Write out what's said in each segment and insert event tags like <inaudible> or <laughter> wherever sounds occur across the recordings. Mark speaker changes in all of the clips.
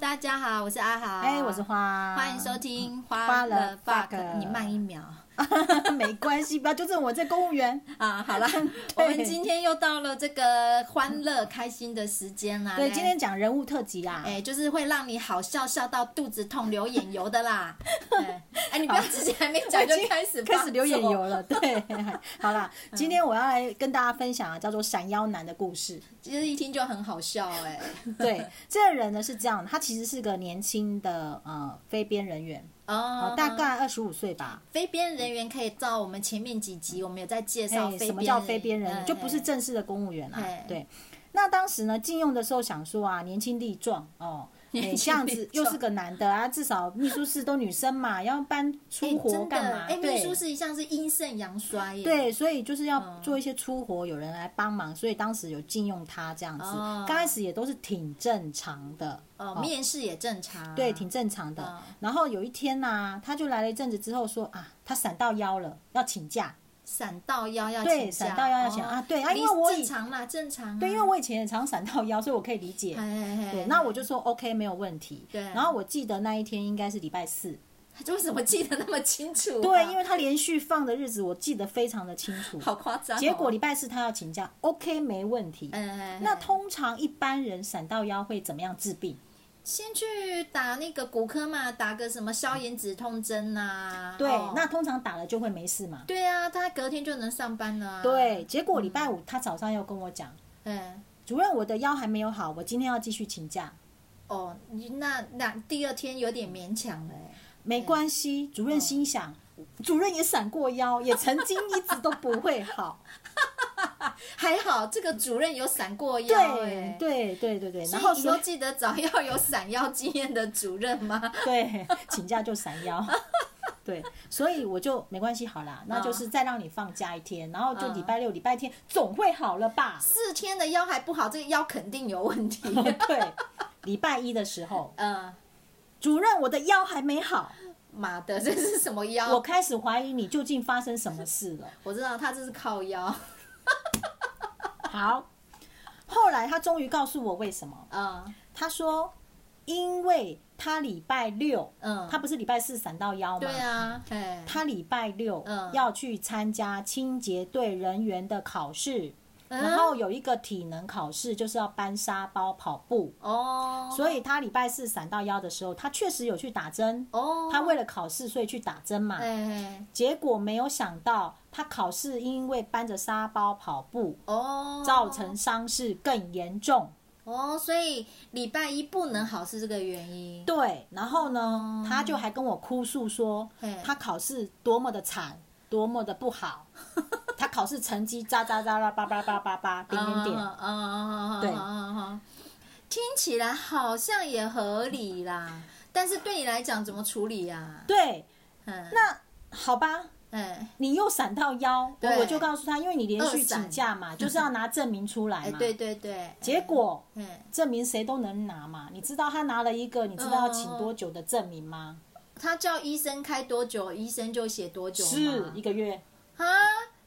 Speaker 1: 大家好，我是阿豪，
Speaker 2: 哎，我是花，
Speaker 1: 欢迎收听花
Speaker 2: 花
Speaker 1: 了
Speaker 2: 了
Speaker 1: fuck，
Speaker 2: fuck
Speaker 1: 你慢一秒
Speaker 2: <laughs> 没关系，不要纠正我，这公务员。 <laughs>
Speaker 1: 啊，好啦，我们今天又到了这个欢乐开心的时间啦，
Speaker 2: 对，
Speaker 1: 嘞
Speaker 2: 今天讲人物特辑啦。
Speaker 1: 哎，就是会让你好笑笑到肚子痛、流眼油的
Speaker 2: <laughs>
Speaker 1: 啦，哎，哎你不要自己还没
Speaker 2: 我
Speaker 1: 讲
Speaker 2: 已
Speaker 1: 就
Speaker 2: 经
Speaker 1: 开
Speaker 2: <laughs>
Speaker 1: 始
Speaker 2: 开
Speaker 1: 发
Speaker 2: 始流眼
Speaker 1: 作
Speaker 2: 油了，对， <laughs> 好啦，
Speaker 1: 嗯
Speaker 2: 今天我要来跟大家分享啊，叫做闪腰男的故
Speaker 1: <laughs>
Speaker 2: 事。
Speaker 1: 其实一听就很好笑哎、
Speaker 2: 对，这个人呢是这样，他其实是个年轻的呃非边人员，
Speaker 1: 哦
Speaker 2: 呃，大概二十五岁吧。
Speaker 1: 非边人员可以照我们前面几集，我们有在介绍
Speaker 2: 哎，
Speaker 1: 非边
Speaker 2: 什么叫非边人
Speaker 1: 哎
Speaker 2: 员？就不是正式的公务员啊
Speaker 1: 哎。
Speaker 2: 对，那当时呢禁用的时候想说啊，年轻力壮哦。
Speaker 1: 年
Speaker 2: 哎这
Speaker 1: 轻
Speaker 2: 样
Speaker 1: 力
Speaker 2: 子
Speaker 1: 壮
Speaker 2: 又是个男的啊，至少秘书室都女生嘛，要搬
Speaker 1: 哎
Speaker 2: 出活
Speaker 1: 真的
Speaker 2: 干嘛？
Speaker 1: 哎，
Speaker 2: 对
Speaker 1: 秘书嗯是一向是阴盛阳衰耶，
Speaker 2: 对，所以就是要做一些粗活，有人来帮忙，所以当时有禁用他这样子
Speaker 1: 哦。
Speaker 2: 刚开始也都是挺正常的，
Speaker 1: 哦，面试也正常，
Speaker 2: 对，挺正常
Speaker 1: 哦
Speaker 2: 的。然后有一天呢，他就来了一阵子之后说啊，他闪到腰了，要请假。
Speaker 1: 闪到腰要
Speaker 2: 对
Speaker 1: 请假
Speaker 2: 闪到腰要请
Speaker 1: 哦
Speaker 2: 啊对啊
Speaker 1: 你
Speaker 2: 因为我
Speaker 1: 正
Speaker 2: 以
Speaker 1: 常啦，正常啊，
Speaker 2: 对，因为我以前也常闪到腰，所以我可以理解。
Speaker 1: 哎
Speaker 2: 对，那我就说 OK，没有问题。
Speaker 1: 对
Speaker 2: 然后我记得那一天应该是礼拜四，
Speaker 1: 就为什么记得那么清楚啊、
Speaker 2: 对，因为他连续放的日子我记得非常的清楚。
Speaker 1: 好夸张哦、
Speaker 2: 结果礼拜四他要请假，OK，没问题。
Speaker 1: 哎，哎哎
Speaker 2: 那通常一般人闪到腰会怎么样治病？
Speaker 1: 先去打那个骨科嘛，打个什么消炎止痛针呐、
Speaker 2: 对，
Speaker 1: 哦
Speaker 2: 那通常打了就会没事嘛。
Speaker 1: 对啊，他隔天就能上班了、啊。，
Speaker 2: 对，结果礼
Speaker 1: 嗯
Speaker 2: 拜五他早上又跟我讲，
Speaker 1: 哎，
Speaker 2: 主任，我的腰还没有好，我今天要继续请假。
Speaker 1: 哦，你那那第二天有点勉强了、哎
Speaker 2: 没关系，主
Speaker 1: 哦
Speaker 2: 任心想，主任也闪过腰，也曾经一直都不会好。
Speaker 1: 还好这个主任有闪过腰、
Speaker 2: 对
Speaker 1: 哎。
Speaker 2: 对对对对，然
Speaker 1: 然
Speaker 2: 后
Speaker 1: 后以
Speaker 2: 所
Speaker 1: 后
Speaker 2: 以
Speaker 1: 记得找要有闪腰经验的主任吗？ <laughs>
Speaker 2: <laughs> 对请假就闪腰。对，所以我就没关系，好啦，
Speaker 1: 嗯
Speaker 2: 那就是再让你放假一天，然后就礼拜六、礼拜天总会好了吧？ <laughs>
Speaker 1: 四天的腰还不好，这个腰肯定有问题。
Speaker 2: 对，礼拜一的时候，
Speaker 1: 嗯，
Speaker 2: 主任，我的腰还没好，
Speaker 1: 妈的，这是什么腰？
Speaker 2: 我开始怀疑你究竟发生什么事了。
Speaker 1: 我知道他这是靠腰，
Speaker 2: 好，后来他终于告诉我为什么。
Speaker 1: 嗯
Speaker 2: 他说，因为他礼拜六，
Speaker 1: 嗯，
Speaker 2: 他不是礼拜四闪到腰吗
Speaker 1: 对？啊，哎，
Speaker 2: 他礼拜六
Speaker 1: 嗯
Speaker 2: 要去参加清洁队人员的考试，
Speaker 1: 嗯
Speaker 2: 然后有一个体能考试，就是要搬沙包、跑步。
Speaker 1: 哦，
Speaker 2: 所以他礼拜四闪到腰的时候，他确实有去打针。
Speaker 1: 哦，
Speaker 2: 他为了考试，所以去打针嘛。
Speaker 1: 哎
Speaker 2: 结果没有想到，他考试因为搬着沙包跑步，
Speaker 1: 哦，
Speaker 2: 造成伤势更严重。
Speaker 1: 哦，所以礼拜一不能好是这个原因。
Speaker 2: 对，然后
Speaker 1: 哦
Speaker 2: 呢，他就还跟我哭诉说
Speaker 1: 嘿，
Speaker 2: 他考试多么的惨，多么的不
Speaker 1: <laughs>
Speaker 2: 好，他考试成绩渣渣渣啦，叭叭叭叭叭，点点点。
Speaker 1: 啊，
Speaker 2: 对
Speaker 1: 对，听起来好像也合理啦，但是对你来讲怎么处理呀？
Speaker 2: 对，
Speaker 1: 嗯，
Speaker 2: 那好吧，
Speaker 1: 哎
Speaker 2: 你又闪到腰，我
Speaker 1: 对
Speaker 2: 我就告诉他，因为你连续
Speaker 1: 二闪
Speaker 2: 请假嘛，就是要拿证明出
Speaker 1: <laughs>
Speaker 2: 来
Speaker 1: 哎，
Speaker 2: 嘛。
Speaker 1: 对对对，
Speaker 2: 结果
Speaker 1: 哎，
Speaker 2: 证明谁都能拿嘛，你知道他拿了一个，你知道要请多久的证明吗？
Speaker 1: 他叫医生开多久，医生就写多久吗
Speaker 2: 是一个月，
Speaker 1: 啊，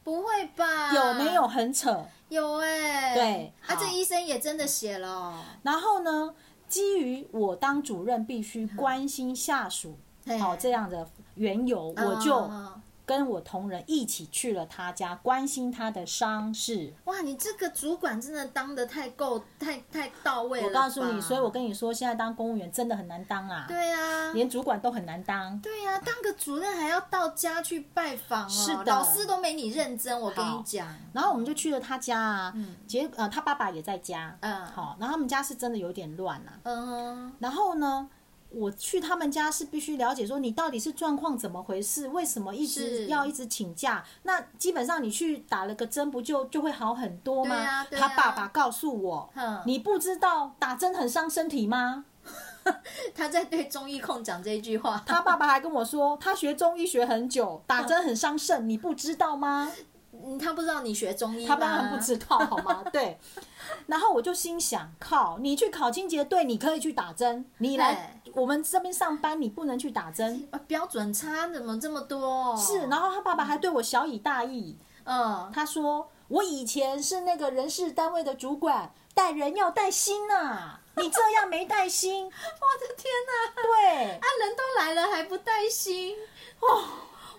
Speaker 1: 不会吧？
Speaker 2: 有没有？很扯？
Speaker 1: 有哎，
Speaker 2: 对
Speaker 1: 啊，
Speaker 2: 好
Speaker 1: 这医生也真的写了哦，
Speaker 2: 然后呢，基于我当主任必须关心下属，
Speaker 1: 嘿
Speaker 2: 好、这样的缘由，我就
Speaker 1: 哦
Speaker 2: 跟我同仁一起去了他家，关心他的伤势。
Speaker 1: 哇，你这个主管真的当的太够，太太到位了。
Speaker 2: 我告诉你，所以我跟你说，现在当公务员真的很难当啊，
Speaker 1: 对啊，
Speaker 2: 连主管都很难当。
Speaker 1: 对啊，当个主任还要到家去拜访哦，
Speaker 2: 是的
Speaker 1: 老师都没你认真，我跟你
Speaker 2: 好
Speaker 1: 讲。
Speaker 2: 然后哦我们就去了他家啊，结呃他爸爸也在家，
Speaker 1: 嗯
Speaker 2: 好，然后他们家是真的有点乱啊。
Speaker 1: 嗯，
Speaker 2: 然后呢，我去他们家是必须了解说你到底是状况怎么回事，为什么一
Speaker 1: 是
Speaker 2: 直要一直请假？那基本上你去打了个针，不就就会好很多吗？
Speaker 1: 对啊对啊
Speaker 2: 他爸爸告诉我
Speaker 1: 哼，
Speaker 2: 你不知道打针很伤身体吗？
Speaker 1: 他在对中医控讲这一句话，
Speaker 2: 他爸爸还跟我说，他学中医学很久，打针很伤肾，你不知道吗？
Speaker 1: 嗯他不知道你学中医吗，
Speaker 2: 他当然不知道，好吗？ <laughs> 对。然后我就心想，靠，你去考清洁队，你可以去打针，你来我们这边上班，你不能去打针。
Speaker 1: 啊标准差怎么这么多？
Speaker 2: 是，然后他爸爸还对我小以大义，
Speaker 1: 嗯，
Speaker 2: 他说啊
Speaker 1: <laughs>
Speaker 2: 我以前是那个人事单位的主管，带人要带心呐、你这样没带薪，
Speaker 1: 我的天哪、
Speaker 2: 对
Speaker 1: 啊，，人都来了还不带薪哦，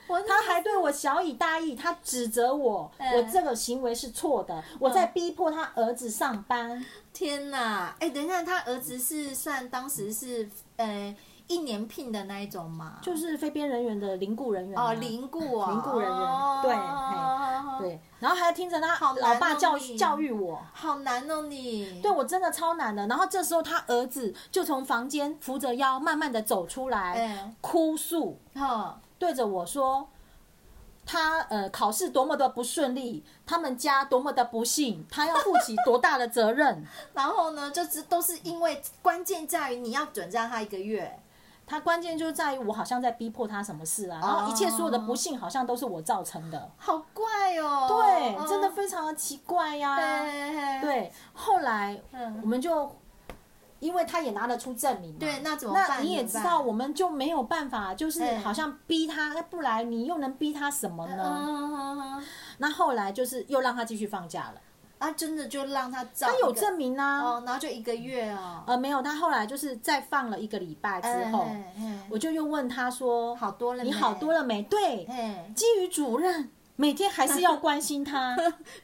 Speaker 1: 我那
Speaker 2: 他还对我小以大义，他指责我，
Speaker 1: 嗯
Speaker 2: 我这个行为是错的，我在逼迫他儿子上班。
Speaker 1: 天哪！哎、等一下，他儿子是算当时是呃一年聘的那一种吗？
Speaker 2: 就是非边人员的零雇人员啊
Speaker 1: 哦，零雇啊，
Speaker 2: 零雇人员
Speaker 1: 哦
Speaker 2: 对嘿对，然后还听着他
Speaker 1: 好难
Speaker 2: 老爸
Speaker 1: 哦
Speaker 2: 教
Speaker 1: 你
Speaker 2: 教育我，
Speaker 1: 好难哦你。
Speaker 2: 对我真的超难的。然后这时候他儿子就从房间扶着腰慢慢的走出来，
Speaker 1: 哎，
Speaker 2: 哭诉
Speaker 1: 哦，
Speaker 2: 对着我说。他呃考试多么的不顺利，他们家多么的不幸，他要负起多大的责任？
Speaker 1: 然后呢，就是都是因为关键在于你要准让他一个月，
Speaker 2: 他关键就在于我好像在逼迫他什么事啊，然后一切所有的不幸好像都是我造成的，
Speaker 1: 好怪哦。
Speaker 2: 对，
Speaker 1: 嗯
Speaker 2: 真的。非常的奇怪呀、
Speaker 1: 对，
Speaker 2: 对，后来我
Speaker 1: 嗯，
Speaker 2: 们就，因为他也拿得出证明嘛，
Speaker 1: 对那怎么
Speaker 2: 那
Speaker 1: 办
Speaker 2: 你
Speaker 1: 怎
Speaker 2: 也
Speaker 1: 么
Speaker 2: 知
Speaker 1: 办
Speaker 2: 道，我们就没有办法，就是
Speaker 1: 对
Speaker 2: 好像逼他，哎不然你又能逼他什么呢？
Speaker 1: 嗯，
Speaker 2: 那后来就是又让他继续放假了，
Speaker 1: 啊，真的就让他找
Speaker 2: 他有
Speaker 1: 一个
Speaker 2: 证明啊，
Speaker 1: 哦，然后就一个月哦。
Speaker 2: 呃，没有，他后来就是再放了一个礼拜之后，
Speaker 1: 哎哎
Speaker 2: 我就又问他说，
Speaker 1: 好多了，
Speaker 2: 你好多
Speaker 1: 了，
Speaker 2: 了没？对，
Speaker 1: 哎，
Speaker 2: 基于主任每天还是要关
Speaker 1: <laughs>
Speaker 2: 心他。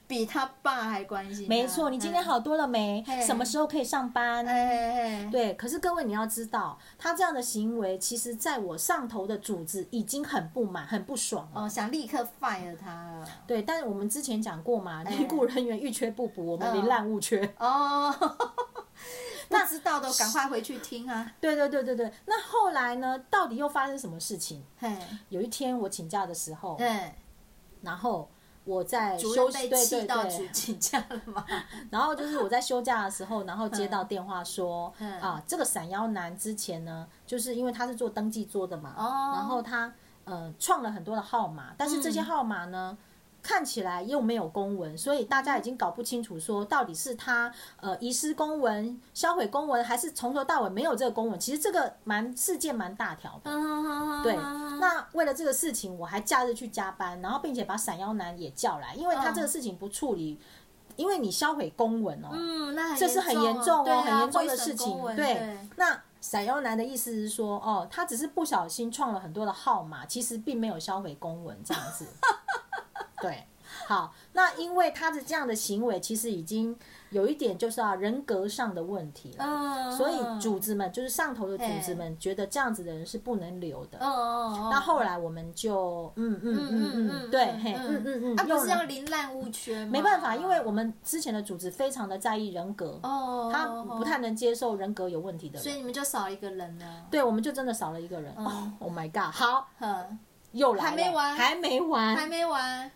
Speaker 1: 比他爸还关心他。
Speaker 2: 没错，你今
Speaker 1: 嗯
Speaker 2: 天好多了没
Speaker 1: 嘿？
Speaker 2: 什么时候可以上班
Speaker 1: 哎，？哎哎，
Speaker 2: 对，可是各位你要知道，他这样的行为，其实在我上头的组织已经很不满、很不爽了。
Speaker 1: 哦，想立刻 fire 他了。
Speaker 2: 对，但是我们之前讲过嘛，
Speaker 1: 哎
Speaker 2: 年雇人员欲缺不补，我们
Speaker 1: 嗯
Speaker 2: 零滥勿缺。
Speaker 1: 哦， <laughs> 不知道的赶快回去听啊。
Speaker 2: 对对对对对。那后来呢？到底又发生什么事情？
Speaker 1: 嘿，
Speaker 2: 有一天我请假的时候，
Speaker 1: 对，
Speaker 2: 然后我在
Speaker 1: 嗯主
Speaker 2: 休
Speaker 1: 任
Speaker 2: 息，
Speaker 1: 被
Speaker 2: 对
Speaker 1: 气
Speaker 2: 对
Speaker 1: 到
Speaker 2: 对嗯
Speaker 1: 请，请假了
Speaker 2: <laughs>
Speaker 1: 吗？
Speaker 2: 然后就是我在休假的时候，然后接到电话说，
Speaker 1: 嗯
Speaker 2: 啊，这个闪腰男之前呢，就是因为他是做登记桌的嘛，
Speaker 1: 哦
Speaker 2: 然后他呃创了很多的号码，但是这些
Speaker 1: 嗯
Speaker 2: 号码呢。看起来又没有公文，所以大家
Speaker 1: 嗯
Speaker 2: 已经搞不清楚，说到底是他呃遗失公文、销毁公文，还是从头到尾没有这个公文？其实这个蛮事件蛮大条的。
Speaker 1: 对
Speaker 2: 对，那为了这个事情，我还假日去加班，然后并且把闪腰男也叫来，因为他
Speaker 1: 嗯
Speaker 2: 这个事情不处理，因为你销毁公文哦，
Speaker 1: 嗯，那
Speaker 2: 这是很严重
Speaker 1: 对
Speaker 2: 哦，
Speaker 1: 啊
Speaker 2: 很严重的
Speaker 1: 会审
Speaker 2: 事情
Speaker 1: 公。文
Speaker 2: 对，那闪耀男的意思是说，哦，他只是不小心创了很多的号码，其实并没有销毁公文这样
Speaker 1: <laughs>
Speaker 2: 子。对，好，那因为他的这样的行为，其实已经有一点就是啊人格上的问题了。
Speaker 1: 嗯，
Speaker 2: 所
Speaker 1: 嗯
Speaker 2: 以组织们，就是上头的组织们，觉得这样子的人是不能留的。
Speaker 1: 嗯嗯嗯，
Speaker 2: 那后来我们就，嗯嗯嗯嗯嗯，对，嘿，嗯嗯嗯，
Speaker 1: 他啊不
Speaker 2: 用
Speaker 1: 是
Speaker 2: 了
Speaker 1: 要零滥勿缺吗？
Speaker 2: 没办法，因为我们之前的组织非常的在意人格，
Speaker 1: 哦，
Speaker 2: 他
Speaker 1: 哦
Speaker 2: 不，太能接受人格有问题的
Speaker 1: 所以
Speaker 2: 人。
Speaker 1: 你们就少一个人呢。
Speaker 2: 对，我们就真的少了一个人。哦、oh my god！好，
Speaker 1: 哼，
Speaker 2: 又来了
Speaker 1: 还没完
Speaker 2: 还没
Speaker 1: 还
Speaker 2: 完。
Speaker 1: 没完，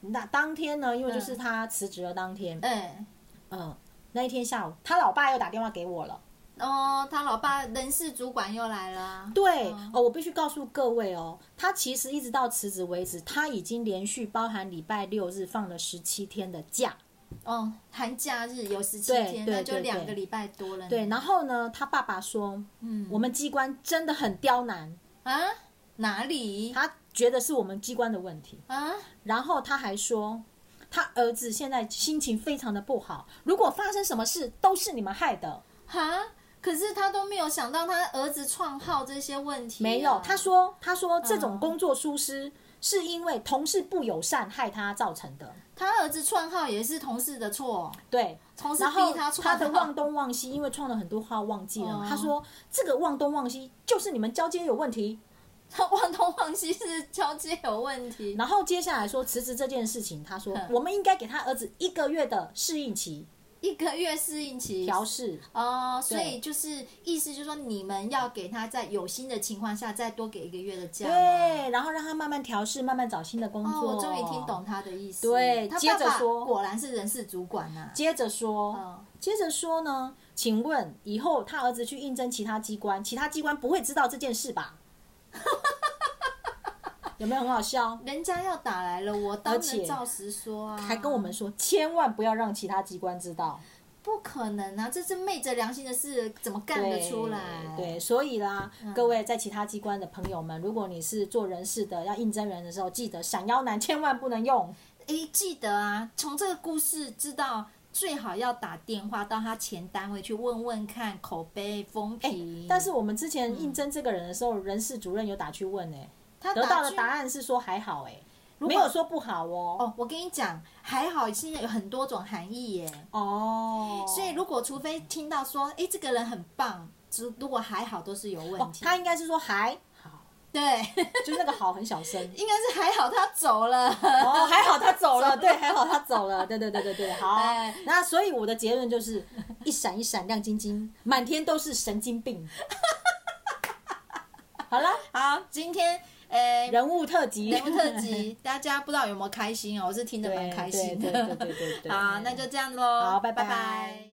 Speaker 2: 那当天呢？因为就是
Speaker 1: 嗯
Speaker 2: 他辞职的当天，
Speaker 1: 哎，
Speaker 2: 嗯、那一天下午，他老爸又打电话给我了。
Speaker 1: 哦，他老爸人事主管又来了啊。
Speaker 2: 对
Speaker 1: 嗯
Speaker 2: 哦，我必须告诉各位哦，他其实一直到辞职为止，他已经连续包含礼拜六日放了十七天的假。
Speaker 1: 哦，寒假日有十七
Speaker 2: 对
Speaker 1: 天，
Speaker 2: 对
Speaker 1: 那就
Speaker 2: 对
Speaker 1: 两
Speaker 2: 对
Speaker 1: 个礼拜多了呢。
Speaker 2: 对，然后呢，他爸爸说，
Speaker 1: 嗯，
Speaker 2: 我们机关真的很刁难，
Speaker 1: 啊，哪里
Speaker 2: 他觉得是我们机关的问题。
Speaker 1: 啊？
Speaker 2: 然后他还说，他儿子现在心情非常的不好，如果发生什么事都是你们害的。
Speaker 1: 哈，啊可是他都没有想到他儿子创号这些问题啊、
Speaker 2: 没有，他说他
Speaker 1: 嗯
Speaker 2: 说这种工作疏失是因为同事不友善害他造成的。
Speaker 1: 他儿子创号也是同事的错，
Speaker 2: 对，
Speaker 1: 同事
Speaker 2: 然后
Speaker 1: 逼他
Speaker 2: 他
Speaker 1: 创
Speaker 2: 的
Speaker 1: 号
Speaker 2: 忘东忘西，因为创了很多话忘记了嘛。
Speaker 1: 哦
Speaker 2: 他说这个忘东忘西就是你们交接有问题。
Speaker 1: <laughs> 他忘东忘西是交接有问题。
Speaker 2: 然后接下来说辞职这件事情，他说
Speaker 1: 嗯
Speaker 2: 我们应该给他儿子一个月的适应期
Speaker 1: 一个月适应期
Speaker 2: 调试。
Speaker 1: 哦，所
Speaker 2: 对
Speaker 1: 以就是意思就是说，你们要给他在有薪的情况下再多给一个月的假。，
Speaker 2: 对，然后让他慢慢调试，慢慢找新的工
Speaker 1: 哦，
Speaker 2: 作。
Speaker 1: 我终于听懂他的意思。
Speaker 2: 对
Speaker 1: 他
Speaker 2: 接
Speaker 1: 爸
Speaker 2: 着
Speaker 1: 爸
Speaker 2: 说
Speaker 1: 果然是人事主管啊呐、
Speaker 2: 接着说，
Speaker 1: 嗯
Speaker 2: 接着说呢？请问以后他儿子去应征其他机关，其他机关不会知道这件事
Speaker 1: <laughs>
Speaker 2: 吧？有没有很好笑？
Speaker 1: 人家要打来了，我当
Speaker 2: 而且
Speaker 1: 然照实说啊。
Speaker 2: 还跟我们说，千万不要让其他机关知道，
Speaker 1: 不可能啊！这是昧着良心的事，怎么干得
Speaker 2: 对
Speaker 1: 出来？嗯
Speaker 2: 对，所以啦，各位在其他机关的朋友们，如果你是做人事的，要应征人的时候，记得闪腰男千万不能用。
Speaker 1: 诶，记得啊，从这个故事知道最好要打电话到他前单位去问问看口碑风
Speaker 2: 哎、
Speaker 1: 评。
Speaker 2: 但是我们之前应征这个人的时候，人事主任有打去问呢、欸
Speaker 1: 他
Speaker 2: 得到的
Speaker 1: 去
Speaker 2: 答案是说还好哎、
Speaker 1: 果
Speaker 2: 没有说不好哦。
Speaker 1: 哦，我跟你讲，还好现在有很多种含义耶。
Speaker 2: 哦，
Speaker 1: 所以如果除非听到说，诶，这个人很棒，只如果还好都是有问
Speaker 2: 哦
Speaker 1: 题。
Speaker 2: 他应该是说还好，
Speaker 1: 对， <laughs>
Speaker 2: 就是那个好很小声。
Speaker 1: 应该是还好他走了。
Speaker 2: 哦，还好他走了，对，还好他走了，对对对对对，好
Speaker 1: 哎。
Speaker 2: 那所以我的结论就是，一闪一闪亮晶晶，满天都是神经病。好了，
Speaker 1: 好，今天诶。
Speaker 2: 人物特辑，
Speaker 1: 人物特
Speaker 2: <laughs>
Speaker 1: 辑，大家不知道有没有开心哦？我是听得蛮开心
Speaker 2: 对对对
Speaker 1: 的。 <laughs>
Speaker 2: 对对对对。
Speaker 1: 好，那就这样喽。
Speaker 2: 好拜拜
Speaker 1: 拜